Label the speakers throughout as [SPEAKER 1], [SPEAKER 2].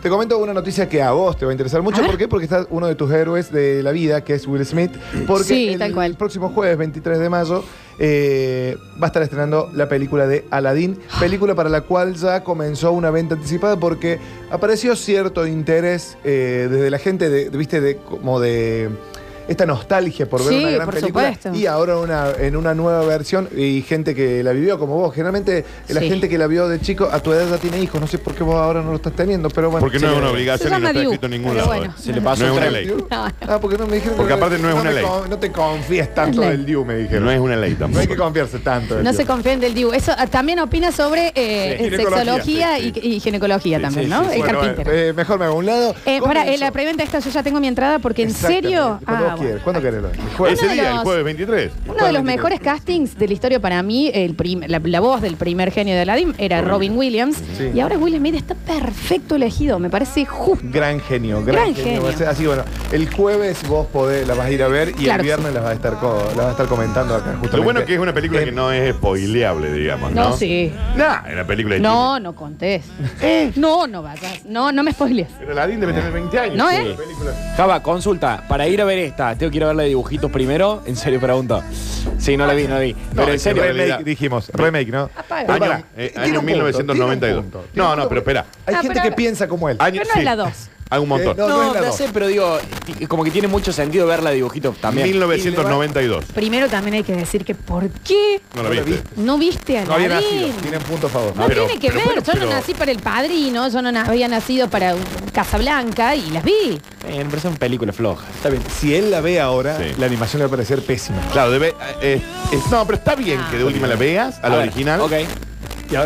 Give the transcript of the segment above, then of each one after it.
[SPEAKER 1] Te comento una noticia que a vos te va a interesar mucho.
[SPEAKER 2] A ver.
[SPEAKER 1] ¿Por qué? Porque está uno de tus héroes de la vida, que es Will Smith. Porque
[SPEAKER 2] Sí,
[SPEAKER 1] el,
[SPEAKER 2] tal cual.
[SPEAKER 1] próximo jueves, 23 de mayo, eh, va a estar estrenando la película de Aladdin. Película para la cual ya comenzó una venta anticipada porque apareció cierto interés eh, desde la gente, de, de- viste, de como de... Esta nostalgia por ver
[SPEAKER 2] Sí,
[SPEAKER 1] una gran
[SPEAKER 2] por
[SPEAKER 1] película
[SPEAKER 2] supuesto.
[SPEAKER 1] y ahora una, en una nueva versión y gente que la vivió como vos. Generalmente la
[SPEAKER 2] Sí.
[SPEAKER 1] gente que la vio de chico a tu edad ya tiene hijos. No sé por qué vos ahora no lo estás teniendo, pero bueno.
[SPEAKER 3] Porque no
[SPEAKER 1] Sí. eh,
[SPEAKER 3] es una
[SPEAKER 2] Se
[SPEAKER 3] obligación y no
[SPEAKER 2] llama
[SPEAKER 3] está
[SPEAKER 2] Diu,
[SPEAKER 3] escrito en ningún
[SPEAKER 2] pero
[SPEAKER 3] lado.
[SPEAKER 2] bueno.
[SPEAKER 4] Se le pasó
[SPEAKER 3] No es
[SPEAKER 4] el
[SPEAKER 3] una
[SPEAKER 4] tren.
[SPEAKER 3] ley.
[SPEAKER 2] No, no.
[SPEAKER 1] Ah, porque no me dijeron.
[SPEAKER 3] Porque
[SPEAKER 1] que-
[SPEAKER 3] aparte no es una
[SPEAKER 1] me
[SPEAKER 3] ley.
[SPEAKER 1] con- no te confías tanto
[SPEAKER 2] Es ley.
[SPEAKER 1] del Diu, me dijeron.
[SPEAKER 3] No es una ley
[SPEAKER 1] No hay que
[SPEAKER 3] tampoco.
[SPEAKER 1] confiarse tanto. del
[SPEAKER 2] No
[SPEAKER 1] Diu.
[SPEAKER 2] se confíen del Diu. Eso ah, también opina sobre eh,
[SPEAKER 3] Sí.
[SPEAKER 2] sexología
[SPEAKER 3] Ginecología, sí,
[SPEAKER 2] Y, y ginecología
[SPEAKER 4] Sí,
[SPEAKER 2] también,
[SPEAKER 4] sí,
[SPEAKER 2] ¿no?
[SPEAKER 4] sí,
[SPEAKER 2] el
[SPEAKER 1] Bueno,
[SPEAKER 2] carpintero. Eh,
[SPEAKER 1] eh, mejor me hago a un lado.
[SPEAKER 2] pará,
[SPEAKER 1] Comienzo.
[SPEAKER 2] eh, la preventa esta yo ya tengo mi entrada porque en
[SPEAKER 1] Exactamente.
[SPEAKER 2] serio.
[SPEAKER 1] Cuando vos quieras.
[SPEAKER 2] Ah, bueno.
[SPEAKER 1] ¿Cuándo querés? El jueves.
[SPEAKER 3] Ese
[SPEAKER 2] Uno de
[SPEAKER 3] día, el
[SPEAKER 2] los-
[SPEAKER 3] jueves 23.
[SPEAKER 2] Uno de los mejores castings de la historia para mí, el prim- la, la voz del primer genio de Aladdin era Robin Williams.
[SPEAKER 1] Sí.
[SPEAKER 2] Y ahora Will Smith está perfecto elegido, me parece justo.
[SPEAKER 1] Gran genio, gran,
[SPEAKER 2] Gran
[SPEAKER 1] genio.
[SPEAKER 2] genio.
[SPEAKER 1] Así que, bueno, el jueves vos podés, la vas a ir a ver y
[SPEAKER 2] Claro
[SPEAKER 1] el
[SPEAKER 2] que
[SPEAKER 1] viernes
[SPEAKER 2] sí.
[SPEAKER 1] las vas a estar, co- las vas a estar comentando acá. Justamente.
[SPEAKER 3] Lo bueno que es una película
[SPEAKER 1] Eh,
[SPEAKER 3] que no es spoileable, digamos, ¿no?
[SPEAKER 2] No, sí.
[SPEAKER 3] Nah, en la película de
[SPEAKER 2] No, no contés. No, no vayas. No, no me spoilees.
[SPEAKER 3] Disney. Pero Aladdin debe tener 20 años.
[SPEAKER 2] No,
[SPEAKER 3] Sí.
[SPEAKER 2] ¿eh?
[SPEAKER 3] Película.
[SPEAKER 4] Java, consulta. Para ir a ver esta, tengo que ir a ver la de dibujitos primero. En serio, pregunto. Sí, no la vi, no la vi. Pero en
[SPEAKER 3] es que
[SPEAKER 4] serio.
[SPEAKER 3] en realidad-
[SPEAKER 1] Remake, dijimos. Remake, ¿no?
[SPEAKER 2] Apaga.
[SPEAKER 1] Pero
[SPEAKER 3] Año-
[SPEAKER 1] pará,
[SPEAKER 3] eh,
[SPEAKER 1] tiene
[SPEAKER 3] año
[SPEAKER 1] un punto,
[SPEAKER 3] 1992.
[SPEAKER 1] tiene un punto,
[SPEAKER 3] No,
[SPEAKER 1] tiene
[SPEAKER 3] no,
[SPEAKER 1] un
[SPEAKER 3] pero
[SPEAKER 1] punto.
[SPEAKER 3] espera.
[SPEAKER 1] Hay
[SPEAKER 2] Ah,
[SPEAKER 1] gente
[SPEAKER 2] pero-
[SPEAKER 1] que piensa como él.
[SPEAKER 3] Año-
[SPEAKER 2] Pero no es la dos.
[SPEAKER 3] Hago un montón.
[SPEAKER 1] Eh, no, no es la
[SPEAKER 4] ya
[SPEAKER 1] dos.
[SPEAKER 4] sé, pero digo, t- como que tiene mucho sentido ver la de dibujitos también.
[SPEAKER 3] 1992.
[SPEAKER 2] Primero también hay que decir que por qué
[SPEAKER 3] No la viste.
[SPEAKER 2] no viste a
[SPEAKER 1] No había
[SPEAKER 2] Aladdin.
[SPEAKER 1] nacido. Tienen punto a favor.
[SPEAKER 2] No
[SPEAKER 3] Ah, pero-
[SPEAKER 2] tiene que
[SPEAKER 3] pero
[SPEAKER 2] ver,
[SPEAKER 3] bueno,
[SPEAKER 2] yo
[SPEAKER 3] pero-
[SPEAKER 2] no nací para el padrino, yo no na- había nacido para un- Casablanca y las vi.
[SPEAKER 4] Eh, me parece una película floja. Está bien.
[SPEAKER 1] Si él la ve ahora,
[SPEAKER 3] Sí.
[SPEAKER 1] la animación le va a parecer pésima.
[SPEAKER 3] Claro, debe. eh, eh, es- no, pero está bien
[SPEAKER 2] Ah.
[SPEAKER 3] que de última la veas a la
[SPEAKER 4] ver,
[SPEAKER 3] original.
[SPEAKER 4] Ok.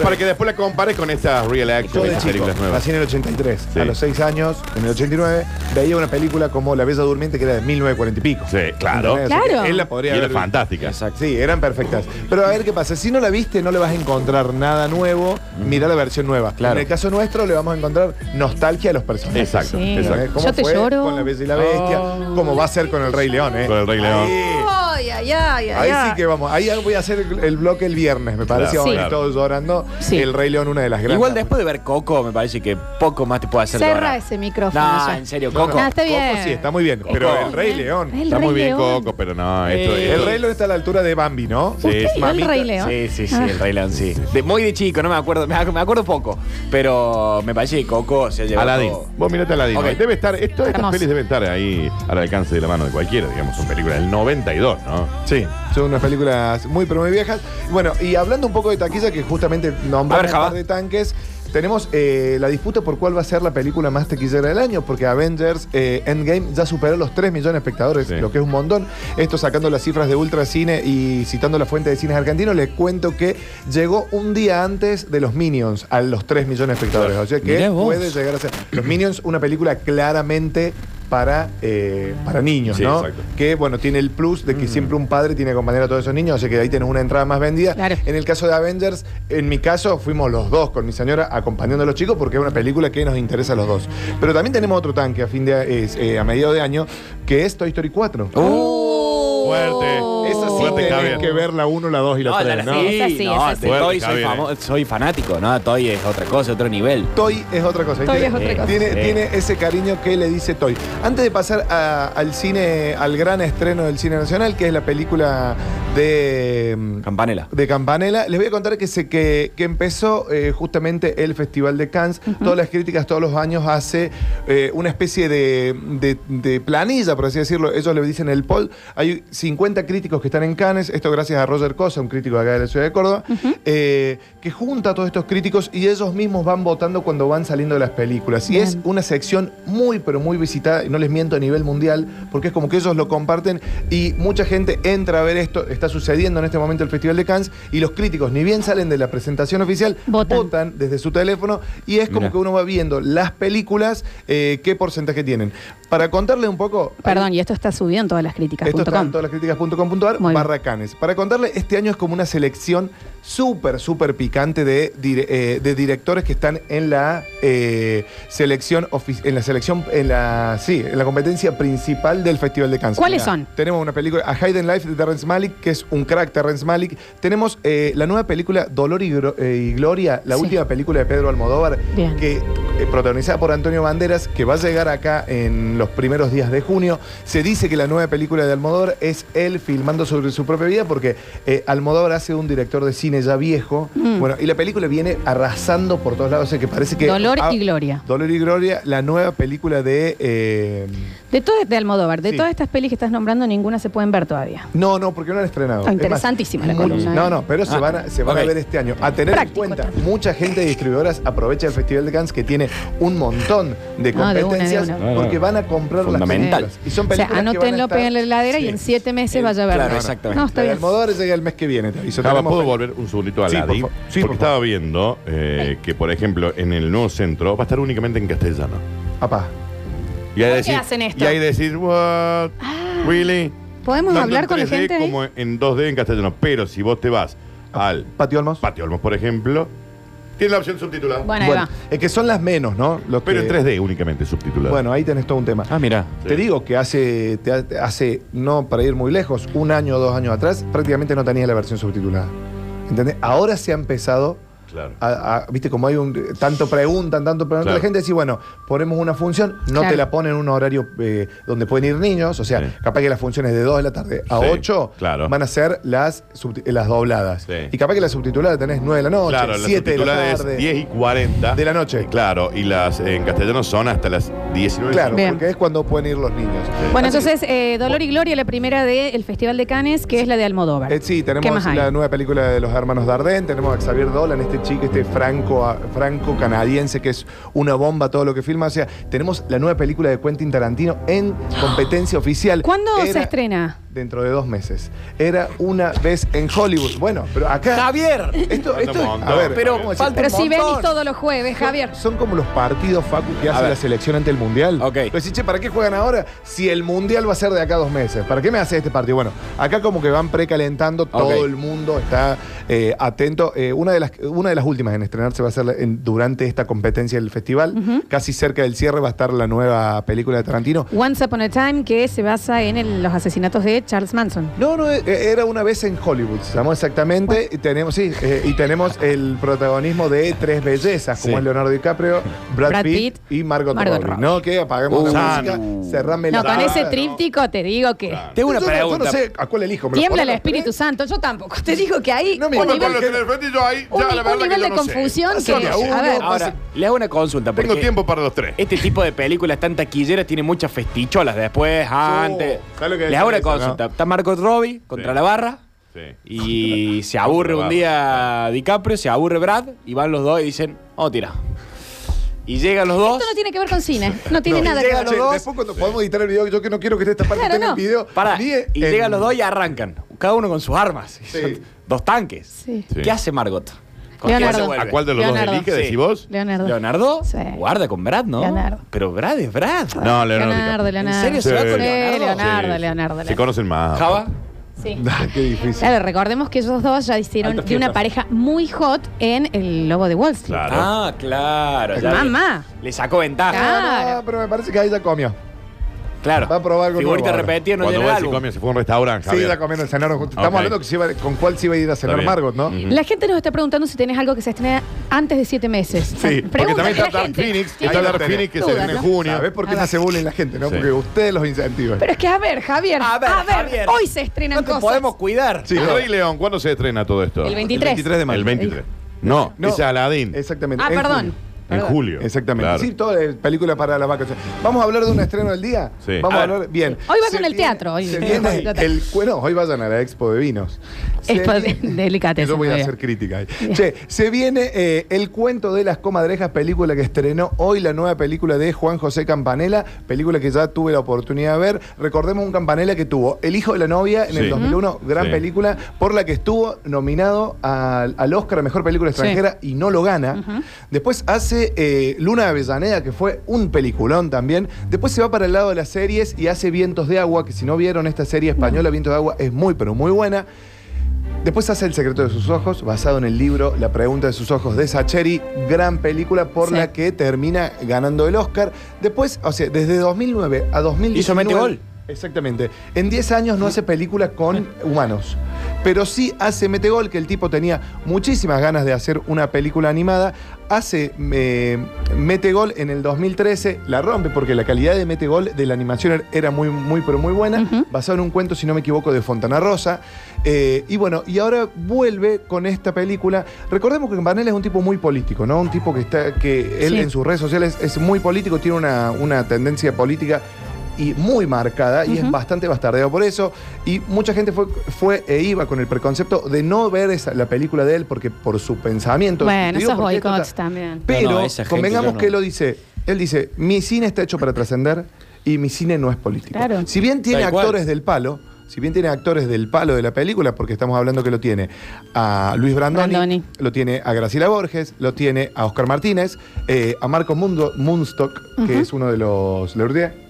[SPEAKER 3] Para que después la compares con esas real
[SPEAKER 1] Yo
[SPEAKER 3] action,
[SPEAKER 1] de
[SPEAKER 3] esas
[SPEAKER 1] chico,
[SPEAKER 3] películas nuevas.
[SPEAKER 1] nací en el 83.
[SPEAKER 3] Sí.
[SPEAKER 1] A los 6 años, en el 89, veía una película como La Bella Durmiente que era de 1940 y pico.
[SPEAKER 3] Sí, claro.
[SPEAKER 1] ¿Entendés? Así que
[SPEAKER 2] Claro.
[SPEAKER 1] Él la
[SPEAKER 3] Y
[SPEAKER 1] podría
[SPEAKER 3] era
[SPEAKER 1] haber
[SPEAKER 3] fantástica.
[SPEAKER 4] Exacto.
[SPEAKER 1] Sí, eran perfectas. Pero a ver qué pasa. Si no la viste, no le vas a encontrar nada nuevo. Mira la versión nueva.
[SPEAKER 4] Claro.
[SPEAKER 1] En el caso nuestro, le vamos a encontrar nostalgia a los personajes.
[SPEAKER 3] Exacto,
[SPEAKER 2] Sí.
[SPEAKER 3] exacto.
[SPEAKER 1] ¿Entendés? ¿Cómo
[SPEAKER 2] Yo te
[SPEAKER 1] fue
[SPEAKER 2] lloro.
[SPEAKER 1] con La Bella y la Bestia?
[SPEAKER 4] Oh.
[SPEAKER 1] ¿Cómo va a ser con El Rey León? eh?
[SPEAKER 3] Con El Rey León.
[SPEAKER 1] Ahí-
[SPEAKER 2] Ay, ay, ay, ay,
[SPEAKER 1] Ahí
[SPEAKER 2] ay.
[SPEAKER 1] sí que vamos. Ahí voy a hacer el, el bloque el viernes, me parece.
[SPEAKER 3] Claro,
[SPEAKER 1] vamos a
[SPEAKER 3] sí.
[SPEAKER 1] ir todos llorando.
[SPEAKER 2] Sí.
[SPEAKER 1] El Rey León, una de las grandes.
[SPEAKER 4] Igual después de ver Coco, me parece que poco más te puede hacer.
[SPEAKER 2] Cerra
[SPEAKER 4] llorar.
[SPEAKER 2] ese micrófono
[SPEAKER 4] No,
[SPEAKER 2] ya.
[SPEAKER 4] en serio,
[SPEAKER 1] No, no,
[SPEAKER 4] Coco.
[SPEAKER 2] Ah, está bien.
[SPEAKER 1] Coco sí, está muy bien. Pero
[SPEAKER 4] Coco.
[SPEAKER 1] el Rey León.
[SPEAKER 2] El
[SPEAKER 3] Está
[SPEAKER 2] Rey
[SPEAKER 3] muy bien,
[SPEAKER 2] León.
[SPEAKER 3] Coco, pero no, esto
[SPEAKER 4] Eh,
[SPEAKER 3] es.
[SPEAKER 1] El Rey León está a la altura de Bambi, ¿no?
[SPEAKER 3] Sí.
[SPEAKER 2] ¿Usted vio el
[SPEAKER 1] mamita.
[SPEAKER 2] Rey León? Ah.
[SPEAKER 4] Sí, sí, sí, el Rey León, sí. De, muy de chico, no me acuerdo, me, ac- me acuerdo poco. Pero me parece que Coco se ha llevado.
[SPEAKER 3] Aladdin. Vos mirate Aladdin.
[SPEAKER 4] Ok.
[SPEAKER 3] Debe estar, esto- estas
[SPEAKER 2] Hermoso.
[SPEAKER 3] pelis deben estar ahí al alcance de la mano de cualquiera, digamos, son películas del 92, ¿no?
[SPEAKER 1] Sí, son unas películas muy pero muy viejas. Bueno, y hablando un poco de taquilla, que justamente
[SPEAKER 4] A
[SPEAKER 1] nombramos
[SPEAKER 4] ver,
[SPEAKER 1] un
[SPEAKER 4] Java.
[SPEAKER 1] par de tanques, tenemos eh, la disputa por cuál va a ser la película más taquillera del año, porque Avengers eh, Endgame ya superó los 3 millones de espectadores,
[SPEAKER 3] Sí.
[SPEAKER 1] lo que es un montón. Esto sacando las cifras de Ultracine y citando la fuente de cines argentinos, les cuento que llegó un día antes de los Minions a los 3 millones de espectadores. O sea que
[SPEAKER 4] Mirá vos.
[SPEAKER 1] puede llegar a ser. Los Minions, una película claramente para, eh, para niños,
[SPEAKER 3] Sí,
[SPEAKER 1] ¿no?
[SPEAKER 3] exacto.
[SPEAKER 1] que bueno, tiene el plus de que siempre un padre tiene que acompañar a todos esos niños, así que ahí tenés una entrada más vendida.
[SPEAKER 2] Claro.
[SPEAKER 1] En el caso de Avengers, en mi caso fuimos los dos con mi señora acompañando a los chicos porque es una película que nos interesa a los dos. Pero también tenemos otro tanque a fin de es, eh, a mediados de año que es Toy Story 4.
[SPEAKER 4] Uh,
[SPEAKER 2] Oh.
[SPEAKER 3] Fuerte.
[SPEAKER 1] Uh. Esa sí
[SPEAKER 3] Fuerte,
[SPEAKER 1] tenés
[SPEAKER 3] Javier.
[SPEAKER 1] que ver la 1, la 2 y la
[SPEAKER 4] No,
[SPEAKER 1] 3,
[SPEAKER 4] la-
[SPEAKER 1] ¿no?
[SPEAKER 4] sí,
[SPEAKER 2] Esa sí,
[SPEAKER 4] no,
[SPEAKER 2] esa
[SPEAKER 4] de
[SPEAKER 3] sí.
[SPEAKER 4] Toy soy,
[SPEAKER 3] Javier,
[SPEAKER 4] famo- eh. soy fanático, ¿no? Toy es otra cosa, otro nivel.
[SPEAKER 1] Toy es otra cosa.
[SPEAKER 2] Toy
[SPEAKER 1] ¿viste?
[SPEAKER 2] es otra cosa.
[SPEAKER 1] Tiene,
[SPEAKER 4] Sí.
[SPEAKER 1] tiene ese cariño que le dice Toy. Antes de pasar a- al cine, al gran estreno del cine nacional, que es la película de mm,
[SPEAKER 4] Campanela.
[SPEAKER 1] de Campanella. Les voy a contar que, se, que, que empezó eh, justamente el Festival de Cannes. Todas las críticas todos los años hace eh, una especie de, de- de planilla, por así decirlo. Ellos le dicen el poll. Hay 50 críticos que están en Cannes. Esto gracias a Roger Cosa, un crítico de acá de la ciudad de Córdoba, eh, que junta a todos estos críticos y ellos mismos van votando cuando van saliendo las películas. Y
[SPEAKER 2] Bien.
[SPEAKER 1] es una sección muy, pero muy visitada, y no les miento a nivel mundial, porque es como que ellos lo comparten y mucha gente entra a ver esto. Está sucediendo en este momento el Festival de Cannes y los críticos, ni bien salen de la presentación oficial,
[SPEAKER 2] Votan.
[SPEAKER 1] desde su teléfono y es como
[SPEAKER 4] Mirá.
[SPEAKER 1] que uno va viendo las películas, eh, qué porcentaje tienen. Para contarle un poco.
[SPEAKER 2] Perdón, y esto está subido en todas las críticas.
[SPEAKER 1] Esto
[SPEAKER 2] punto
[SPEAKER 1] está en
[SPEAKER 2] com.
[SPEAKER 1] todas las críticas.com.ar
[SPEAKER 2] Muy bien.
[SPEAKER 1] barra canes. Para contarle, este año es como una selección súper, súper picante de, dire- eh, de directores que están en la eh, selección ofi- en la selección, en la sí, en la competencia principal del Festival de Cannes.
[SPEAKER 2] ¿Cuáles son?
[SPEAKER 1] Tenemos una película, A Hidden Life de Terrence Malick, que es un crack Terrence Malick. Tenemos eh, la nueva película Dolor y, Gro- eh, y Gloria, la
[SPEAKER 2] Sí.
[SPEAKER 1] última película de Pedro Almodóvar,
[SPEAKER 2] Bien.
[SPEAKER 1] que eh, protagonizada por Antonio Banderas, que va a llegar acá en los primeros días de junio. Se dice que la nueva película de Almodóvar es él filmando sobre su propia vida, porque eh, Almodóvar hace un director de cine ya viejo.
[SPEAKER 2] Mm.
[SPEAKER 1] Bueno, y la película viene arrasando por todos lados, o sea que parece que...
[SPEAKER 2] Dolor
[SPEAKER 1] ah,
[SPEAKER 2] y Gloria.
[SPEAKER 1] Dolor y Gloria, la nueva película de... eh,
[SPEAKER 2] De todo este, de Almodóvar, de
[SPEAKER 1] Sí.
[SPEAKER 2] todas estas pelis que estás nombrando, ninguna se pueden ver todavía.
[SPEAKER 1] no, no, porque no la han estrenado.
[SPEAKER 2] Está
[SPEAKER 1] Es más,
[SPEAKER 2] Ah, interesantísima la
[SPEAKER 1] muy-
[SPEAKER 2] columna, ¿eh?
[SPEAKER 1] No, no, pero se
[SPEAKER 4] Ah,
[SPEAKER 1] van a, se van
[SPEAKER 4] ok.
[SPEAKER 1] a ver este año. A tener
[SPEAKER 2] Práctico
[SPEAKER 1] en cuenta,
[SPEAKER 2] también.
[SPEAKER 1] mucha gente de distribuidoras aprovecha el Festival de Cannes que tiene un montón de
[SPEAKER 2] No, Ah, de una, de
[SPEAKER 1] competencias
[SPEAKER 2] una.
[SPEAKER 3] Ah,
[SPEAKER 1] porque van a comprar
[SPEAKER 4] Fundamental.
[SPEAKER 1] las películas. Y son
[SPEAKER 2] O sea,
[SPEAKER 1] películas que van a
[SPEAKER 2] anótenlo,
[SPEAKER 1] estar-
[SPEAKER 2] peguen en la heladera y
[SPEAKER 1] Sí.
[SPEAKER 2] en siete meses
[SPEAKER 4] El-
[SPEAKER 2] vaya a ver.
[SPEAKER 4] claro, exactamente.
[SPEAKER 2] No, está
[SPEAKER 1] La de
[SPEAKER 2] bien.
[SPEAKER 1] Almodóvar llega el mes que viene. te aviso.
[SPEAKER 3] Java,
[SPEAKER 1] Tenemos
[SPEAKER 3] ¿puedo
[SPEAKER 1] pe-
[SPEAKER 3] volver un segundito a
[SPEAKER 1] Sí,
[SPEAKER 3] la
[SPEAKER 1] por
[SPEAKER 3] DIF?
[SPEAKER 1] favor. Sí,
[SPEAKER 3] Porque
[SPEAKER 1] por favor.
[SPEAKER 3] estaba viendo eh, que, por ejemplo, en el nuevo centro va a estar únicamente en castellano.
[SPEAKER 1] Apá.
[SPEAKER 3] Y
[SPEAKER 2] ¿Por
[SPEAKER 3] hay de
[SPEAKER 2] qué
[SPEAKER 3] decir,
[SPEAKER 2] hacen esto?
[SPEAKER 3] Y hay de decir, what? Really?
[SPEAKER 2] ¿Podemos
[SPEAKER 3] Tanto
[SPEAKER 2] hablar
[SPEAKER 3] en
[SPEAKER 2] con la
[SPEAKER 3] 3D
[SPEAKER 2] gente ¿eh? ahí?
[SPEAKER 3] como en 2D en castellano. Pero si vos te vas al
[SPEAKER 1] Patio Olmos.
[SPEAKER 3] Patio Olmos, por ejemplo, tiene la opción subtitulada.
[SPEAKER 2] Bueno, ahí va.
[SPEAKER 1] es que son las menos, ¿no? Los
[SPEAKER 3] Pero
[SPEAKER 1] que-
[SPEAKER 3] en 3D únicamente subtitulada.
[SPEAKER 1] Bueno, ahí tenés todo un tema.
[SPEAKER 4] Ah, mira.
[SPEAKER 3] Sí.
[SPEAKER 1] Te digo que hace, te ha- hace, no para ir muy lejos, un año o dos años atrás, prácticamente no tenías la versión subtitulada. ¿Entendés? Ahora se ha empezado
[SPEAKER 3] Claro.
[SPEAKER 1] a- a- viste, como hay un, tanto preguntan, tanto preguntan,
[SPEAKER 3] Claro.
[SPEAKER 1] la gente dice, bueno, ponemos una función, no
[SPEAKER 2] Claro.
[SPEAKER 1] te la ponen en un horario eh, donde pueden ir niños, o sea,
[SPEAKER 3] Sí.
[SPEAKER 1] capaz que las funciones de 2 de la tarde a
[SPEAKER 3] Sí,
[SPEAKER 1] 8
[SPEAKER 3] claro.
[SPEAKER 1] van a ser las, subti- eh, las dobladas.
[SPEAKER 3] Sí.
[SPEAKER 1] Y capaz que la subtitulada tenés 9 de la noche,
[SPEAKER 3] Claro, la
[SPEAKER 1] 7 de la
[SPEAKER 3] subtitulada
[SPEAKER 1] tarde.
[SPEAKER 3] es 10 y 40.
[SPEAKER 1] De la noche.
[SPEAKER 3] Claro, y las en castellano son hasta las 19.
[SPEAKER 1] Claro,
[SPEAKER 2] Bien.
[SPEAKER 1] porque es cuando pueden ir los niños.
[SPEAKER 2] Bueno,
[SPEAKER 1] Así que-
[SPEAKER 2] entonces, eh, Dolor y Gloria, la primera del Festival de Cannes, que es la de Almodóvar.
[SPEAKER 1] Eh, sí,
[SPEAKER 2] ¿Qué
[SPEAKER 1] tenemos
[SPEAKER 2] más hay?
[SPEAKER 1] la nueva película de los hermanos Dardenne, tenemos a Xavier Dolan, este chico, este franco, franco canadiense que es una bomba todo lo que filma. O sea, tenemos la nueva película de Quentin Tarantino en competencia oficial.
[SPEAKER 2] ¿Cuándo se
[SPEAKER 1] Era
[SPEAKER 2] estrena?
[SPEAKER 1] Dentro de dos meses. Era una vez en Hollywood. Bueno, pero acá.
[SPEAKER 4] Javier.
[SPEAKER 1] Esto, esto es- a
[SPEAKER 3] montón.
[SPEAKER 1] ver,
[SPEAKER 4] Pero
[SPEAKER 1] ¿cómo decir?
[SPEAKER 4] falta-
[SPEAKER 2] Pero si
[SPEAKER 4] montón.
[SPEAKER 2] venís todos los jueves, Javier.
[SPEAKER 1] Son como los partidos, Facu, que hace
[SPEAKER 4] ver.
[SPEAKER 1] la selección ante el Mundial.
[SPEAKER 4] Ok.
[SPEAKER 1] Pero decís, che, ¿para qué juegan ahora si el Mundial va a ser de acá a dos meses? ¿Para qué me hace este partido? Bueno, acá como que van precalentando, todo el mundo está eh, atento. Eh, una, de las, una de las últimas en estrenarse va a ser la- en- durante esta competencia del festival. Casi cerca del cierre va a estar la nueva película de Tarantino.
[SPEAKER 2] Once Upon a Time, que se basa en el- los asesinatos de Charles Manson.
[SPEAKER 1] No, no, eh, era una vez en Hollywood, estamos exactamente. Y tenemos, sí, eh, y tenemos el protagonismo de tres bellezas, como
[SPEAKER 4] Sí.
[SPEAKER 1] es Leonardo DiCaprio, Brad,
[SPEAKER 2] Brad
[SPEAKER 1] Pitt,
[SPEAKER 2] Pitt
[SPEAKER 1] y Margot,
[SPEAKER 2] Margot
[SPEAKER 1] Robbie.
[SPEAKER 2] Robbie.
[SPEAKER 1] No, que apagamos la
[SPEAKER 4] Uh, Sanu.
[SPEAKER 1] música, cerrame
[SPEAKER 2] No,
[SPEAKER 1] la
[SPEAKER 2] con ese
[SPEAKER 1] cara.
[SPEAKER 2] tríptico te digo que
[SPEAKER 4] Tengo una
[SPEAKER 1] Yo no- yo
[SPEAKER 4] pregunta.
[SPEAKER 1] No sé a cuál elijo. me lo
[SPEAKER 2] tiembla el
[SPEAKER 1] ponen,
[SPEAKER 2] Espíritu
[SPEAKER 1] ¿eh?
[SPEAKER 2] Santo. Yo tampoco. Te digo que ahí
[SPEAKER 1] No me
[SPEAKER 2] un
[SPEAKER 1] importa,
[SPEAKER 2] nivel,
[SPEAKER 1] Pablo, que-
[SPEAKER 2] un- un nivel de confusión que...
[SPEAKER 1] Haceme a uno,
[SPEAKER 2] a ver,
[SPEAKER 4] Ahora, le hago una consulta.
[SPEAKER 3] Tengo
[SPEAKER 4] porque
[SPEAKER 3] tiempo para los tres.
[SPEAKER 4] Este tipo de películas tan taquilleras tiene muchas festicholas después, antes.
[SPEAKER 1] ¿sabes lo que
[SPEAKER 4] Les hago una
[SPEAKER 1] decís eso,
[SPEAKER 4] consulta. Está Marco Robbie contra
[SPEAKER 3] Sí.
[SPEAKER 4] la barra.
[SPEAKER 3] Sí.
[SPEAKER 4] Y se aburre un día DiCaprio, se aburre Brad, y van los dos y dicen, oh, tira. Y llegan los dos.
[SPEAKER 2] esto no tiene que ver con cine. No tiene nada que
[SPEAKER 1] Llega,
[SPEAKER 2] ver.
[SPEAKER 1] che, Después cuando podemos editar el video, yo que no quiero que esté esta parte
[SPEAKER 2] Claro,
[SPEAKER 1] esté en
[SPEAKER 2] no.
[SPEAKER 1] el video.
[SPEAKER 4] Pará,
[SPEAKER 1] ni en-
[SPEAKER 4] y llegan los dos y arrancan. Cada uno con sus armas. Y son
[SPEAKER 1] Sí.
[SPEAKER 4] Dos tanques.
[SPEAKER 2] Sí.
[SPEAKER 3] Sí.
[SPEAKER 4] ¿Qué hace Margot? ¿Con
[SPEAKER 2] Leonardo.
[SPEAKER 4] quién se
[SPEAKER 3] ¿A
[SPEAKER 4] vuelve?
[SPEAKER 3] cuál de los
[SPEAKER 2] Leonardo.
[SPEAKER 3] dos elige,
[SPEAKER 4] Sí.
[SPEAKER 3] decís vos?
[SPEAKER 2] Leonardo.
[SPEAKER 4] ¿Leonardo?
[SPEAKER 2] Sí.
[SPEAKER 4] Guarda con Brad, ¿no?
[SPEAKER 2] Leonardo.
[SPEAKER 4] Pero Brad es Brad.
[SPEAKER 3] No, Leonardo
[SPEAKER 2] Leonardo,
[SPEAKER 3] DiCaprio.
[SPEAKER 2] Leonardo.
[SPEAKER 4] ¿En serio se
[SPEAKER 3] Sí.
[SPEAKER 4] va con
[SPEAKER 2] Sí, Leonardo,
[SPEAKER 4] Leonardo?
[SPEAKER 3] Sí,
[SPEAKER 2] Leonardo,
[SPEAKER 3] sí.
[SPEAKER 2] Leonardo.
[SPEAKER 3] Se conocen más.
[SPEAKER 4] ¿Java?
[SPEAKER 2] Sí.
[SPEAKER 1] Qué difícil.
[SPEAKER 2] Claro, recordemos que ellos dos ya hicieron
[SPEAKER 4] Alta
[SPEAKER 2] de una
[SPEAKER 4] fiesta.
[SPEAKER 2] pareja muy hot en El Lobo de Wall Street.
[SPEAKER 3] Claro.
[SPEAKER 4] Ah, claro. ya
[SPEAKER 2] Mamá.
[SPEAKER 4] vi. Le sacó ventaja.
[SPEAKER 2] Claro.
[SPEAKER 1] Ah, pero me parece que ahí ya comió.
[SPEAKER 4] Claro.
[SPEAKER 1] Va a probar algo
[SPEAKER 4] Figurita
[SPEAKER 1] nuevo ahora.
[SPEAKER 4] repetida, no
[SPEAKER 3] Cuando
[SPEAKER 4] tiene
[SPEAKER 3] vos decís
[SPEAKER 4] algo.
[SPEAKER 3] comida, se fue a un restaurante,
[SPEAKER 1] Sí,
[SPEAKER 3] Javier.
[SPEAKER 1] ya comieron, cenaron juntos. Estamos
[SPEAKER 3] Ok.
[SPEAKER 1] hablando que se iba- con cuál se iba a ir a cenar
[SPEAKER 3] bien.
[SPEAKER 1] Margot, ¿no?
[SPEAKER 3] Ujú.
[SPEAKER 2] La gente nos está preguntando si tenés algo que se estrena antes de siete meses.
[SPEAKER 1] Sí, porque
[SPEAKER 3] Porque también
[SPEAKER 2] Pregúntale a
[SPEAKER 3] está
[SPEAKER 2] la
[SPEAKER 3] Dark
[SPEAKER 2] gente.
[SPEAKER 3] Phoenix,
[SPEAKER 2] Sí.
[SPEAKER 3] está
[SPEAKER 1] Ahí lo
[SPEAKER 3] Dark
[SPEAKER 1] tenés.
[SPEAKER 3] Phoenix que se
[SPEAKER 2] Dudas,
[SPEAKER 3] viene en
[SPEAKER 2] ¿no?
[SPEAKER 3] junio.
[SPEAKER 1] ¿Sabes por qué se hace bullying la gente, no?
[SPEAKER 3] Sí.
[SPEAKER 1] Porque ustedes los incentivan.
[SPEAKER 2] Pero es que, a ver, Javier.
[SPEAKER 4] A ver, Javier.
[SPEAKER 2] hoy se estrenan
[SPEAKER 4] No te
[SPEAKER 2] cosas.
[SPEAKER 4] podemos cuidar.
[SPEAKER 1] Sí,
[SPEAKER 3] El
[SPEAKER 1] no.
[SPEAKER 3] Rey León, ¿cuándo se estrena todo esto?
[SPEAKER 2] El 23.
[SPEAKER 1] El 23 de mayo.
[SPEAKER 3] El 23. No,
[SPEAKER 1] No.
[SPEAKER 3] es Aladdin.
[SPEAKER 1] Exactamente.
[SPEAKER 2] Ah,
[SPEAKER 1] en
[SPEAKER 2] perdón.
[SPEAKER 1] junio.
[SPEAKER 3] En
[SPEAKER 2] Perdón.
[SPEAKER 3] julio.
[SPEAKER 1] Exactamente.
[SPEAKER 3] Claro.
[SPEAKER 1] Sí, toda la película para la vacación. ¿Vamos a hablar de un estreno del día?
[SPEAKER 3] Sí.
[SPEAKER 1] Vamos
[SPEAKER 4] A
[SPEAKER 1] a,
[SPEAKER 4] ver.
[SPEAKER 1] hablar. Bien.
[SPEAKER 2] Hoy va
[SPEAKER 1] Se
[SPEAKER 2] con el
[SPEAKER 1] viene-
[SPEAKER 2] teatro, hoy.
[SPEAKER 1] se viene
[SPEAKER 2] Ya está.
[SPEAKER 1] el cuero. Hoy vayan a la expo de vinos. Se
[SPEAKER 2] Expo de-
[SPEAKER 1] viene-
[SPEAKER 2] delicateza,
[SPEAKER 1] Yo voy a
[SPEAKER 2] muy bien.
[SPEAKER 1] hacer crítica ahí. Che, se viene eh, El cuento de las comadrejas, película que estrenó hoy la nueva película de Juan José Campanella, película que ya tuve la oportunidad de ver. Recordemos un Campanella que tuvo El hijo de la novia en
[SPEAKER 3] Sí.
[SPEAKER 1] el 2001, gran
[SPEAKER 3] Sí.
[SPEAKER 1] película, por la que estuvo nominado al, al Oscar a Mejor Película Extranjera y no lo gana. Después hace hace eh, Luna de Avellaneda, que fue un peliculón también. Después se va para el lado de las series y hace Vientos de Agua, que si no vieron esta serie española, Vientos de Agua, es muy, pero muy buena. Después hace El secreto de sus ojos, basado en el libro La pregunta de sus ojos de Sacheri, gran película por
[SPEAKER 2] Sí.
[SPEAKER 1] la que termina ganando el Oscar. Después, o sea, desde 2009 a 2019
[SPEAKER 4] Hizo Mete Gol.
[SPEAKER 1] Exactamente. En 10 años no hace películas con humanos. Pero sí hace Metegol, que el tipo tenía muchísimas ganas de hacer una película animada. Hace eh, Metegol en el 2013, la rompe porque la calidad de Metegol de la animación era muy, muy, pero muy buena. Basado en un cuento, si no me equivoco, de Fontana Rosa. Eh, y bueno, y ahora vuelve con esta película. Recordemos que Campanella es un tipo muy político, ¿no? Un tipo que está, que él
[SPEAKER 2] Sí.
[SPEAKER 1] en sus redes sociales es muy político, tiene una, una tendencia política y muy marcada y es bastante bastardeado por eso. Y mucha gente fue, fue e iba con el preconcepto de no ver esa, la película de él porque por su pensamiento.
[SPEAKER 2] Bueno,
[SPEAKER 1] Te digo
[SPEAKER 2] esos
[SPEAKER 1] porque esto
[SPEAKER 2] boicots
[SPEAKER 1] está-
[SPEAKER 2] también.
[SPEAKER 1] Pero
[SPEAKER 4] No, no, esa gente
[SPEAKER 1] convengamos
[SPEAKER 4] yo no.
[SPEAKER 1] que él lo dice. Él dice, mi cine está hecho para trascender y mi cine no es político.
[SPEAKER 2] Claro.
[SPEAKER 1] Si bien tiene
[SPEAKER 4] Tal cual.
[SPEAKER 1] actores del palo, si bien tiene actores del palo de la película, porque estamos hablando que lo tiene a Luis Brandoni,
[SPEAKER 2] Brandoni.
[SPEAKER 1] lo tiene a Graciela Borges, lo tiene a Oscar Martínez, eh, a Marco Mundo, Munstock, que es uno de los Leurdé,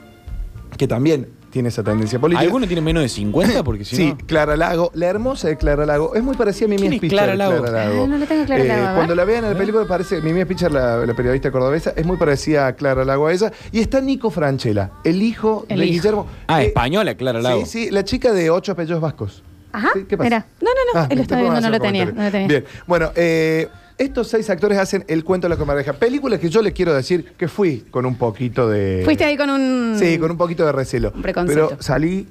[SPEAKER 1] que también tiene esa tendencia política.
[SPEAKER 4] ¿Alguno tiene menos de 50? Porque si
[SPEAKER 1] Sí,
[SPEAKER 4] no...
[SPEAKER 1] Clara Lago, la hermosa de Clara Lago. Es muy parecida a Mimi
[SPEAKER 4] ¿Quién es
[SPEAKER 1] Spicher.
[SPEAKER 4] Clara Lago?
[SPEAKER 2] Ah, no la tengo Clara Lago, a ver.
[SPEAKER 1] Eh, Cuando la vean en la película parece, Mimi Spicher, la, la periodista cordobesa, es muy parecida a Clara Lago a ella. Y está Nico Franchella, el hijo
[SPEAKER 2] El
[SPEAKER 1] de
[SPEAKER 2] hijo.
[SPEAKER 1] Guillermo.
[SPEAKER 4] Ah,
[SPEAKER 1] Eh,
[SPEAKER 4] española, Clara Lago.
[SPEAKER 1] Sí, sí, la chica de ocho apellidos vascos.
[SPEAKER 2] Ajá,
[SPEAKER 1] Sí, ¿Qué pasa? Ah,
[SPEAKER 2] mira. No, no, no, él lo
[SPEAKER 1] me- después
[SPEAKER 2] estaba viendo,
[SPEAKER 1] vamos a
[SPEAKER 2] no
[SPEAKER 1] hacer
[SPEAKER 2] lo tenía,
[SPEAKER 1] comentarios.
[SPEAKER 2] no lo tenía.
[SPEAKER 1] Bien, bueno, eh, estos seis actores hacen el cuento de la comadreja. Película que yo le quiero decir que fui con un poquito
[SPEAKER 3] Eh,
[SPEAKER 1] de...
[SPEAKER 2] Fuiste ahí con un.
[SPEAKER 1] Sí, con un poquito de recelo.
[SPEAKER 2] Mm. Un preconcepto.
[SPEAKER 1] Pero salí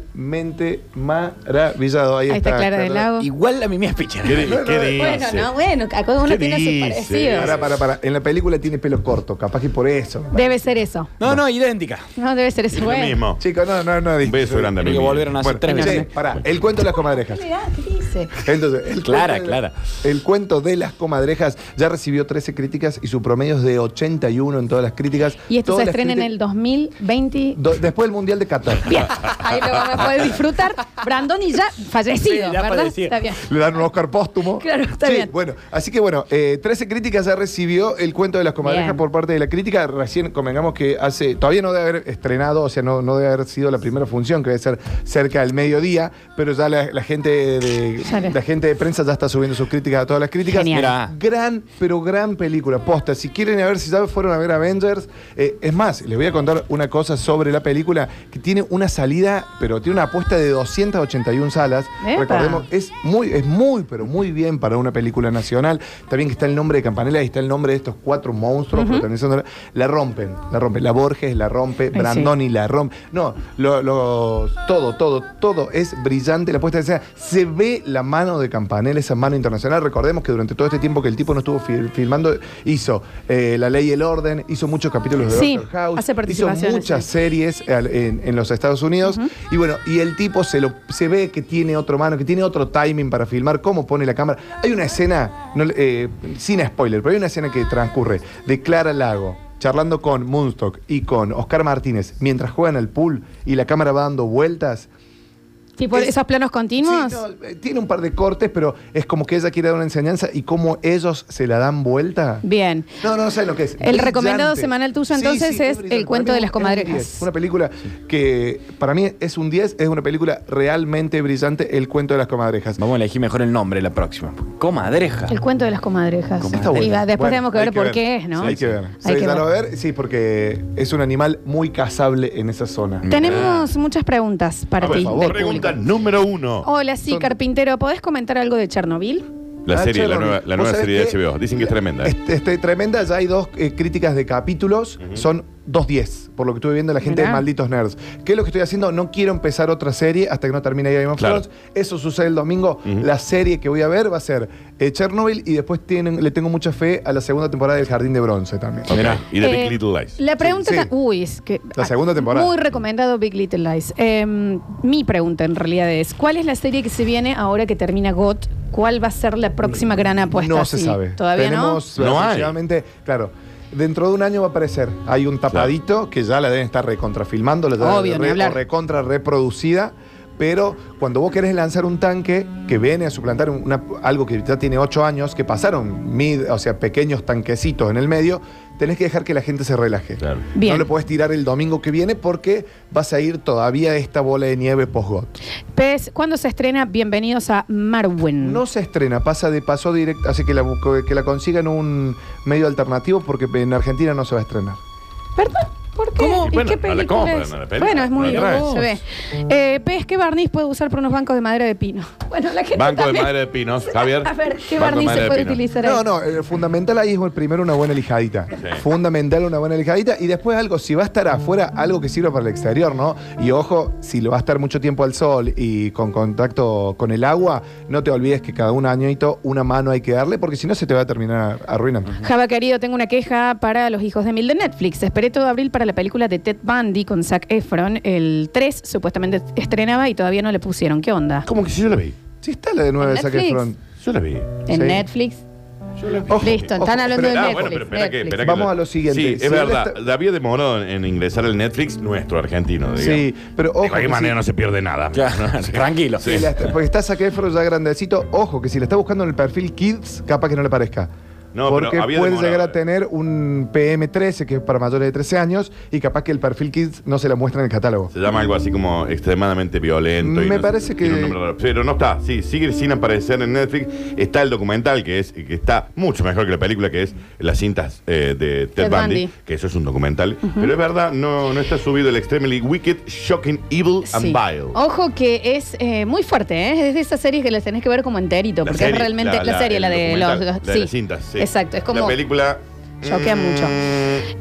[SPEAKER 1] totalmente maravillado. Ahí,
[SPEAKER 2] Ahí está Clara del Lago.
[SPEAKER 4] Igual a Mimi Spicher.
[SPEAKER 3] ¿Qué, di- qué dice?
[SPEAKER 2] Bueno, no, bueno, a cada uno
[SPEAKER 3] ¿Qué
[SPEAKER 2] tiene sus
[SPEAKER 3] dice?
[SPEAKER 2] parecidos.
[SPEAKER 1] Para, para, para. En la película tiene pelo corto, capaz que por eso.
[SPEAKER 2] Debe ser eso.
[SPEAKER 4] No, no, idéntica.
[SPEAKER 2] No, debe ser eso.
[SPEAKER 3] Lo
[SPEAKER 2] Bueno.
[SPEAKER 3] mismo.
[SPEAKER 1] Chicos, no, no, no.
[SPEAKER 3] Un beso grande a
[SPEAKER 4] Creo que
[SPEAKER 3] Mimi.
[SPEAKER 4] volvieron a hacer
[SPEAKER 1] Bueno,
[SPEAKER 4] tres
[SPEAKER 1] che,
[SPEAKER 4] veces.
[SPEAKER 1] pará, el cuento de las comadrejas.
[SPEAKER 2] Mirá, ¿Qué dice?
[SPEAKER 1] Entonces, el
[SPEAKER 4] Clara,
[SPEAKER 1] cuento de-
[SPEAKER 4] Clara.
[SPEAKER 1] El cuento de las comadrejas ya recibió 13 críticas y su promedio es de 81 en todas las críticas.
[SPEAKER 2] Y esto
[SPEAKER 1] Todas
[SPEAKER 2] se
[SPEAKER 1] las
[SPEAKER 2] estrena en
[SPEAKER 1] criti-
[SPEAKER 2] el 2020.
[SPEAKER 1] Do- después del Mundial de Qatar.
[SPEAKER 2] Bien, ahí lo van a poder disfrutar. Brandon y ya fallecido,
[SPEAKER 4] Sí, ya
[SPEAKER 2] ¿verdad?
[SPEAKER 4] fallecido.
[SPEAKER 2] Está bien.
[SPEAKER 1] Le dan un Oscar póstumo.
[SPEAKER 2] Claro, está
[SPEAKER 1] Sí,
[SPEAKER 2] bien.
[SPEAKER 1] Bueno, así que bueno, eh, 13 críticas ya recibió el cuento de las comadrejas
[SPEAKER 2] Bien.
[SPEAKER 1] por parte de la crítica. Recién convengamos que hace. Todavía no debe haber estrenado, o sea, no, no debe haber sido la primera función, que debe ser cerca del mediodía, pero ya la, la gente de.
[SPEAKER 2] Ya le-
[SPEAKER 1] La gente de prensa ya está subiendo sus críticas a todas las críticas.
[SPEAKER 2] Genial.
[SPEAKER 4] Mirá.
[SPEAKER 1] Gran, pero gran película. Posta, si quieren ir a ver si ya fueron a ver Avengers. eh, es más, les voy a contar una cosa sobre la película que tiene una salida, pero tiene una apuesta de 281 salas.
[SPEAKER 2] Epa.
[SPEAKER 1] Recordemos, es muy, es muy, pero muy bien para una película nacional. También que está el nombre de Campanella y está el nombre de estos cuatro monstruos protagonizando. La rompen, la rompen. La Borges la rompe,
[SPEAKER 2] sí.
[SPEAKER 1] Brandoni la rompe. No, lo, lo- todo, todo, todo es brillante. La puesta de escena, se ve la mano de Campanella, esa mano internacional. Recordemos que durante todo este tiempo que el tipo no estuvo fil- filmando, hizo eh, La Ley y el Orden, hizo muchos capítulos de
[SPEAKER 2] Sí,
[SPEAKER 1] Doctor House.
[SPEAKER 2] hace
[SPEAKER 1] Hizo
[SPEAKER 2] participaciones,
[SPEAKER 1] muchas
[SPEAKER 2] sí.
[SPEAKER 1] series al- en, en los Estados Unidos. Y bueno, y el tipo se, lo, se ve que tiene otro mano, que tiene otro timing para filmar, cómo pone la cámara. Hay una escena, no le- eh, sin spoiler, pero hay una escena que transcurre de Clara Lago charlando con Moonstock y con Oscar Martínez mientras juegan al pool y la cámara va dando vueltas.
[SPEAKER 2] Tipo,
[SPEAKER 1] Es-
[SPEAKER 2] esos planos continuos.
[SPEAKER 1] Sí, no, eh, tiene un par de cortes, pero es como que ella quiere dar una enseñanza y cómo ellos se la dan vuelta.
[SPEAKER 2] Bien.
[SPEAKER 1] No, no, no sé lo que es.
[SPEAKER 2] El recomendado
[SPEAKER 1] Brillante.
[SPEAKER 2] semanal tuyo, entonces, es El
[SPEAKER 1] brillante.
[SPEAKER 2] cuento
[SPEAKER 1] Para mí
[SPEAKER 2] de las
[SPEAKER 1] es un
[SPEAKER 2] comadrejas.
[SPEAKER 1] 10. Una película que para mí es un 10, es una película realmente brillante, El cuento de las comadrejas.
[SPEAKER 4] Vamos a elegir mejor el nombre la próxima. Comadreja.
[SPEAKER 2] El cuento de las comadrejas.
[SPEAKER 1] Está bueno.
[SPEAKER 2] Y va-
[SPEAKER 1] Bueno,
[SPEAKER 2] después tenemos que
[SPEAKER 1] hay
[SPEAKER 2] ver por qué es, ¿no?
[SPEAKER 1] Sí, hay que ver. Sí,
[SPEAKER 2] Hay que
[SPEAKER 1] ya
[SPEAKER 2] ver.
[SPEAKER 1] lo va a ver, sí, porque es un animal muy cazable en esa zona.
[SPEAKER 2] Tenemos muchas preguntas para
[SPEAKER 1] Por
[SPEAKER 2] ti. Oh,
[SPEAKER 1] favor.
[SPEAKER 2] del
[SPEAKER 3] Ah, Pregunta
[SPEAKER 2] público.
[SPEAKER 3] número uno.
[SPEAKER 2] Hola, sí,
[SPEAKER 1] Son-
[SPEAKER 2] carpintero, ¿podés comentar algo de Chernobyl?
[SPEAKER 3] La
[SPEAKER 1] Ah,
[SPEAKER 3] serie, la
[SPEAKER 1] Chernobyl.
[SPEAKER 3] nueva,
[SPEAKER 1] ¿Vos
[SPEAKER 3] la nueva
[SPEAKER 1] sabés
[SPEAKER 3] serie de
[SPEAKER 1] qué?
[SPEAKER 3] HBO. Dicen que es tremenda. ¿eh?
[SPEAKER 1] Este, este, tremenda, ya hay dos eh, críticas de capítulos, son 2.10, por lo que estuve viendo la gente
[SPEAKER 2] Mirá.
[SPEAKER 1] de Malditos Nerds. ¿Qué es lo que estoy haciendo? No quiero empezar otra serie hasta que no termine Game of
[SPEAKER 3] Claro.
[SPEAKER 1] Thrones. Eso sucede el domingo. La serie que voy a ver va a ser eh, Chernobyl y después tienen, le tengo mucha fe a la segunda temporada del Jardín de Bronce también.
[SPEAKER 3] Ok. Y de
[SPEAKER 2] Eh,
[SPEAKER 3] Big Little Lies.
[SPEAKER 2] La pregunta.
[SPEAKER 1] Sí, sí.
[SPEAKER 2] ta- Uy, es que. ah,
[SPEAKER 1] La segunda temporada.
[SPEAKER 2] Muy recomendado Big Little Lies. Eh, mi pregunta en realidad es: ¿cuál es la serie que se viene ahora que termina GOT? ¿Cuál va a ser la próxima gran apuesta?
[SPEAKER 1] No se
[SPEAKER 2] Sí,
[SPEAKER 1] sabe.
[SPEAKER 2] ¿Todavía
[SPEAKER 1] Tenemos
[SPEAKER 3] no? No hay.
[SPEAKER 1] aproximadamente, claro. Dentro de un año va a aparecer. Hay un tapadito que ya la deben estar recontrafilmando, la
[SPEAKER 2] Obvio,
[SPEAKER 1] deben
[SPEAKER 2] ni
[SPEAKER 1] re-
[SPEAKER 2] hablar.
[SPEAKER 1] o recontra reproducida. pero cuando vos querés lanzar un tanque que viene a suplantar un- una- algo que ya tiene ocho años, que pasaron mid, o sea, pequeños tanquecitos en el medio, tenés que dejar que la gente se relaje.
[SPEAKER 3] Claro.
[SPEAKER 2] Bien.
[SPEAKER 1] No le podés tirar el domingo que viene porque vas a ir todavía a esta bola de nieve post-got.
[SPEAKER 2] Pez, ¿cuándo se estrena? Bienvenidos a
[SPEAKER 3] Mm.
[SPEAKER 2] Marwen.
[SPEAKER 1] No se estrena, pasa de paso directo, así que la, bu- que la consigan un medio alternativo porque en Argentina no se va a estrenar.
[SPEAKER 2] ¿Perdón? ¿Por qué?
[SPEAKER 3] ¿Cómo?
[SPEAKER 2] ¿Y
[SPEAKER 3] Bueno,
[SPEAKER 2] qué
[SPEAKER 3] no la
[SPEAKER 2] película
[SPEAKER 3] compran,
[SPEAKER 2] es?
[SPEAKER 3] no la película,
[SPEAKER 2] Bueno, es muy
[SPEAKER 3] no la
[SPEAKER 2] se ve. Eh, Pez, ¿qué barniz puede usar para unos bancos de madera de pino? Bueno, la gente
[SPEAKER 3] Banco de
[SPEAKER 2] también-
[SPEAKER 3] madera de pinos, Javier.
[SPEAKER 2] A ver, ¿qué
[SPEAKER 3] Banco
[SPEAKER 2] barniz
[SPEAKER 3] de madera
[SPEAKER 2] se
[SPEAKER 3] de
[SPEAKER 2] puede
[SPEAKER 3] pinos.
[SPEAKER 2] utilizar ahí?
[SPEAKER 1] No, no, eh, fundamental ahí es primero una buena lijadita. Fundamental una buena lijadita y después algo, si va a estar afuera, algo que sirva para el exterior, ¿no? Y ojo, si lo va a estar mucho tiempo al sol y con contacto con el agua, no te olvides que cada un añito una mano hay que darle porque si no se te va a terminar arruinando.
[SPEAKER 2] Java querido, tengo una queja para los hijos de Mil de Netflix. Esperé todo abril para la película de Ted Bundy con Zac Efron. El 3 supuestamente estrenaba y todavía no le pusieron. ¿Qué onda?
[SPEAKER 3] ¿Cómo que si yo la vi?
[SPEAKER 1] Sí está la de nueve de Zac
[SPEAKER 2] Netflix.
[SPEAKER 1] Efron.
[SPEAKER 3] Yo la vi.
[SPEAKER 2] En
[SPEAKER 1] Sí.
[SPEAKER 2] Netflix.
[SPEAKER 3] Yo la vi.
[SPEAKER 1] Ojo,
[SPEAKER 2] Listo,
[SPEAKER 1] ojo,
[SPEAKER 2] están hablando
[SPEAKER 1] pero-
[SPEAKER 2] de
[SPEAKER 3] Ah,
[SPEAKER 2] Netflix.
[SPEAKER 3] bueno, pero espera que,
[SPEAKER 2] Netflix.
[SPEAKER 3] espera que-
[SPEAKER 1] Vamos a lo siguiente.
[SPEAKER 3] Sí, es
[SPEAKER 1] Si él
[SPEAKER 3] verdad.
[SPEAKER 1] está-
[SPEAKER 3] Había demorado en, en ingresar al Netflix nuestro argentino.
[SPEAKER 1] Sí,
[SPEAKER 3] digamos.
[SPEAKER 1] pero ojo.
[SPEAKER 3] de cualquier
[SPEAKER 1] que
[SPEAKER 3] manera
[SPEAKER 1] si-
[SPEAKER 3] no se pierde nada.
[SPEAKER 4] Claro, tranquilo.
[SPEAKER 1] si la está- porque está Zac Efron ya grandecito. Ojo, que si la está buscando en el perfil Kids, capaz que no le parezca.
[SPEAKER 3] No, pero
[SPEAKER 1] porque
[SPEAKER 3] había
[SPEAKER 1] puede
[SPEAKER 3] demorado.
[SPEAKER 1] llegar a tener un PM13, que es para mayores de 13 años, y capaz que el perfil Kids no se la muestra en el catálogo.
[SPEAKER 3] Se llama algo así como extremadamente violento. y
[SPEAKER 1] Me
[SPEAKER 3] no sé,
[SPEAKER 1] parece
[SPEAKER 3] tiene un
[SPEAKER 1] que-
[SPEAKER 3] nombre raro. Pero no está, sí, sigue sin aparecer en Netflix. Está el documental que es que está mucho mejor que la película, que es Las cintas eh, de Ted,
[SPEAKER 2] Ted
[SPEAKER 3] Bundy,
[SPEAKER 2] Bundy.
[SPEAKER 3] que eso es un documental. Pero es verdad, no, no está subido el Extremely Wicked, Shocking, Evil and
[SPEAKER 2] Sí.
[SPEAKER 3] Vile.
[SPEAKER 2] Ojo que es eh, muy fuerte, ¿eh? Es de esas series que las tenés que ver como enterito,
[SPEAKER 3] La
[SPEAKER 2] porque
[SPEAKER 3] serie,
[SPEAKER 2] es realmente la, serie,
[SPEAKER 3] el
[SPEAKER 2] la de los...
[SPEAKER 3] documental,
[SPEAKER 2] los-
[SPEAKER 3] la de
[SPEAKER 2] sí.
[SPEAKER 3] las cintas, sí.
[SPEAKER 2] Exacto, es como...
[SPEAKER 3] La película... mm,
[SPEAKER 2] Choquea mucho.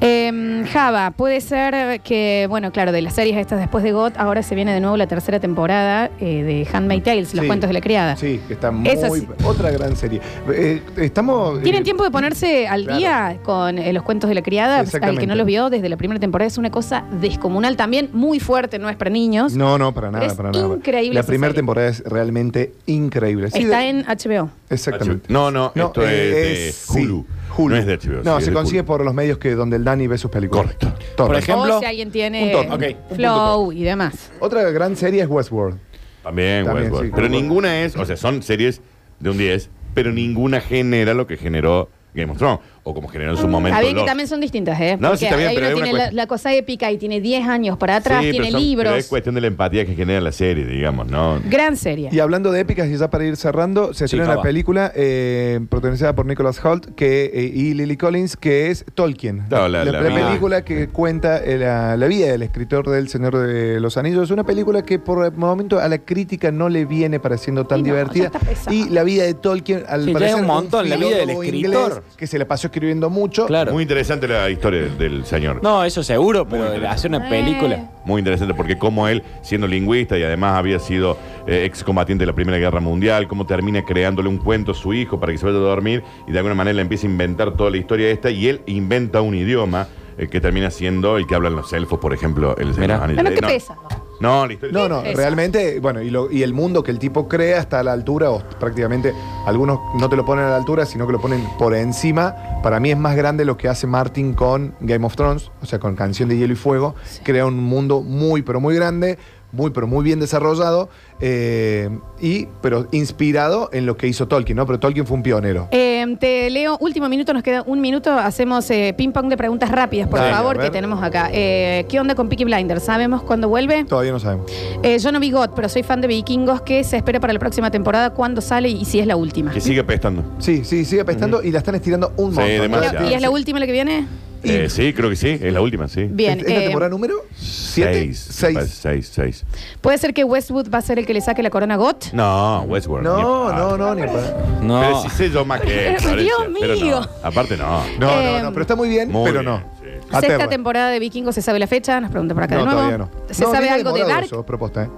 [SPEAKER 2] Em, Java, puede ser que, bueno, claro, de las series estas después de GOT, ahora se viene de nuevo la tercera temporada eh, de Handmaid Tales, los
[SPEAKER 1] Sí.
[SPEAKER 2] cuentos de la criada.
[SPEAKER 1] Sí, que está muy.
[SPEAKER 2] Eso sí.
[SPEAKER 1] Otra gran serie. Eh, estamos.
[SPEAKER 2] ¿Tienen
[SPEAKER 1] eh,
[SPEAKER 2] tiempo de ponerse al
[SPEAKER 1] claro.
[SPEAKER 2] día con eh, los cuentos de la criada? Al que
[SPEAKER 1] Exactamente.
[SPEAKER 2] no los vio desde la primera temporada es una cosa descomunal también, muy fuerte, no es para niños.
[SPEAKER 1] No, no, para nada,
[SPEAKER 2] Es
[SPEAKER 1] para nada.
[SPEAKER 2] increíble
[SPEAKER 1] La
[SPEAKER 2] esa
[SPEAKER 1] primera
[SPEAKER 2] serie.
[SPEAKER 1] temporada es realmente increíble. Sí,
[SPEAKER 2] Está
[SPEAKER 1] de-
[SPEAKER 2] en HBO.
[SPEAKER 1] Exactamente.
[SPEAKER 3] No, no, esto
[SPEAKER 1] eh,
[SPEAKER 3] es, de
[SPEAKER 1] sí,
[SPEAKER 3] Hulu. No es de HBO.
[SPEAKER 1] No,
[SPEAKER 3] sí, es
[SPEAKER 1] se
[SPEAKER 3] de
[SPEAKER 1] consigue
[SPEAKER 3] Hulu.
[SPEAKER 1] por los medios que donde el Dani ve sus películas.
[SPEAKER 3] Correcto.
[SPEAKER 1] Torres.
[SPEAKER 4] Por ejemplo-
[SPEAKER 2] o si alguien tiene
[SPEAKER 1] un top, ok,
[SPEAKER 4] un punto
[SPEAKER 2] Flow y demás.
[SPEAKER 1] Otra gran serie es Westworld.
[SPEAKER 3] También,
[SPEAKER 1] También,
[SPEAKER 3] Westworld.
[SPEAKER 1] sí,
[SPEAKER 3] pero
[SPEAKER 1] Westworld.
[SPEAKER 3] ninguna es, o sea, son series de un 10, pero ninguna genera lo que generó Game of Thrones, o como generó en su momento.
[SPEAKER 2] Está bien Ah, que
[SPEAKER 3] Lost.
[SPEAKER 2] también son distintas, ¿eh?
[SPEAKER 3] No, sí, está bien,
[SPEAKER 2] hay una
[SPEAKER 3] pero hay una
[SPEAKER 2] tiene la,
[SPEAKER 3] cuestión.
[SPEAKER 2] la cosa épica y tiene 10 años para atrás,
[SPEAKER 3] Sí,
[SPEAKER 2] tiene
[SPEAKER 3] pero son-
[SPEAKER 2] libros.
[SPEAKER 3] Pero es cuestión de la empatía que genera la serie, digamos, ¿no?
[SPEAKER 2] Gran serie.
[SPEAKER 1] Y hablando de épicas, y ya para ir cerrando, se estrena una
[SPEAKER 4] Java.
[SPEAKER 1] película eh, protagonizada por Nicholas Holt que, eh, y Lily Collins, que es Tolkien.
[SPEAKER 3] No, la- la vida.
[SPEAKER 1] película que cuenta eh, la, la vida del escritor del Señor de los Anillos. Es una película que por el momento a la crítica no le viene pareciendo tan
[SPEAKER 2] Y no, ya
[SPEAKER 1] divertida.
[SPEAKER 2] está pesado.
[SPEAKER 1] Y la vida de Tolkien, al
[SPEAKER 4] Sí, ya es
[SPEAKER 1] parecer,
[SPEAKER 4] un montón, la vida del
[SPEAKER 1] filólogo
[SPEAKER 4] escritor.
[SPEAKER 1] inglés que se la pasó escribiendo mucho.
[SPEAKER 4] Claro.
[SPEAKER 3] Muy interesante la historia del, del señor.
[SPEAKER 4] No, eso seguro, pero
[SPEAKER 3] interesante.
[SPEAKER 4] hacer una
[SPEAKER 2] Eh.
[SPEAKER 4] película.
[SPEAKER 3] Muy interesante porque como él, siendo lingüista y además había sido eh, excombatiente de la Primera Guerra Mundial, cómo termina creándole un cuento a su hijo para que se vaya a dormir y de alguna manera le empieza a inventar toda la historia esta y él inventa un idioma eh, que termina siendo el que hablan los elfos, por ejemplo. El Señor de los Anillos.
[SPEAKER 2] Bueno, qué
[SPEAKER 3] no,
[SPEAKER 2] pesa.
[SPEAKER 3] No, la historia-
[SPEAKER 1] No, no,
[SPEAKER 2] Eso.
[SPEAKER 1] realmente, bueno, y, lo- y el mundo que el tipo crea está a la altura, o prácticamente algunos no te lo ponen a la altura, sino que lo ponen por encima. Para mí es más grande lo que hace Martin con Game of Thrones, o sea, con Canción de Hielo y Fuego. Crea un mundo muy, pero muy grande, muy, pero muy bien desarrollado, eh, y, pero inspirado en lo que hizo Tolkien, ¿no? Pero Tolkien fue un pionero.
[SPEAKER 2] Eh, te leo, último minuto, nos queda un minuto. Hacemos eh, ping-pong de preguntas rápidas, por
[SPEAKER 1] Dale,
[SPEAKER 2] favor,
[SPEAKER 1] a ver.
[SPEAKER 2] que tenemos acá. Eh, ¿Qué onda con Peaky Blinders? ¿Sabemos cuándo vuelve?
[SPEAKER 1] Todavía no sabemos.
[SPEAKER 2] Eh, yo no vi God, pero soy fan de Vikingos. ¿Qué se espera para la próxima temporada? ¿Cuándo sale y si es la última?
[SPEAKER 3] Que sigue apestando.
[SPEAKER 1] Sí, sí, sigue apestando y la están estirando un
[SPEAKER 3] Sí,
[SPEAKER 1] montón.
[SPEAKER 3] demasiado.
[SPEAKER 2] ¿Y es la última la que viene?
[SPEAKER 3] Eh, sí, creo que sí, es la última, sí.
[SPEAKER 2] Bien.
[SPEAKER 1] ¿Es, es la
[SPEAKER 2] eh,
[SPEAKER 1] temporada número? ¿Siete?
[SPEAKER 3] Seis,
[SPEAKER 1] Seis.
[SPEAKER 3] me parece, seis, seis.
[SPEAKER 2] ¿Puede ser que Westwood va a ser el que le saque la corona a Got?
[SPEAKER 3] No, Westworld.
[SPEAKER 1] No,
[SPEAKER 3] ni-
[SPEAKER 1] no, no, ni para-
[SPEAKER 4] No.
[SPEAKER 3] Pero si sé yo más que él,
[SPEAKER 2] Dios
[SPEAKER 3] Florencia, pero no.
[SPEAKER 2] mío.
[SPEAKER 3] Aparte no.
[SPEAKER 1] No,
[SPEAKER 2] Eh,
[SPEAKER 1] no, no, pero está muy bien,
[SPEAKER 3] Muy
[SPEAKER 1] pero
[SPEAKER 3] bien,
[SPEAKER 1] no.
[SPEAKER 3] sí.
[SPEAKER 1] Aterra.
[SPEAKER 2] Sexta temporada de Vikingos, ¿se sabe la fecha? Nos pregunta por acá
[SPEAKER 1] No,
[SPEAKER 2] de nuevo.
[SPEAKER 1] todavía no.
[SPEAKER 2] ¿Se
[SPEAKER 1] No,
[SPEAKER 2] sabe
[SPEAKER 1] viene
[SPEAKER 2] algo de
[SPEAKER 1] demorado
[SPEAKER 2] Dark?
[SPEAKER 1] eso, propuesta, ¿eh?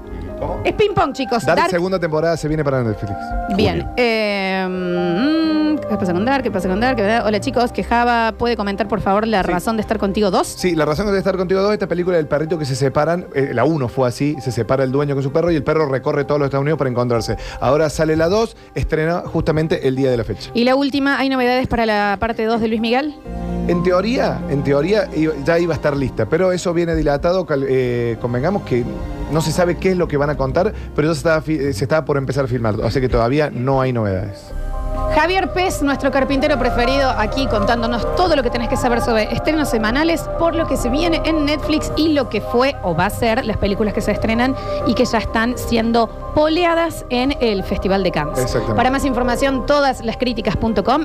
[SPEAKER 2] Es ping-pong, chicos.
[SPEAKER 1] Dark,
[SPEAKER 2] Dark
[SPEAKER 1] segunda temporada se viene para Netflix.
[SPEAKER 2] Bien.
[SPEAKER 3] Julio.
[SPEAKER 2] Eh, mm, ¿Qué pasa con Dark? ¿Qué pasa con Dark? ¿Qué pasa? Hola chicos, que Java puede comentar por favor la razón de estar contigo dos.
[SPEAKER 1] Sí, la razón de estar contigo dos, esta película del perrito que se separan, eh, la uno fue así, se separa el dueño con su perro y el perro recorre todos los Estados Unidos para encontrarse. Ahora sale la 2, estrena justamente el día de la fecha.
[SPEAKER 2] Y la última, ¿hay novedades para la parte 2 de Luis Miguel?
[SPEAKER 1] En teoría, en teoría iba- ya iba a estar lista, pero eso viene dilatado, cal- eh, convengamos que No se sabe qué es lo que van a contar, pero ya se estaba, fi- eh, se estaba por empezar a filmar. O sea que todavía no hay novedades.
[SPEAKER 2] Javier Pez, nuestro carpintero preferido, aquí contándonos todo lo que tenés que saber sobre estrenos semanales, por lo que se viene en Netflix y lo que fue o va a ser las películas que se estrenan y que ya están siendo poleadas en el Festival de Cannes.
[SPEAKER 1] Exactamente.
[SPEAKER 2] Para más información, todas todaslaschríticas.com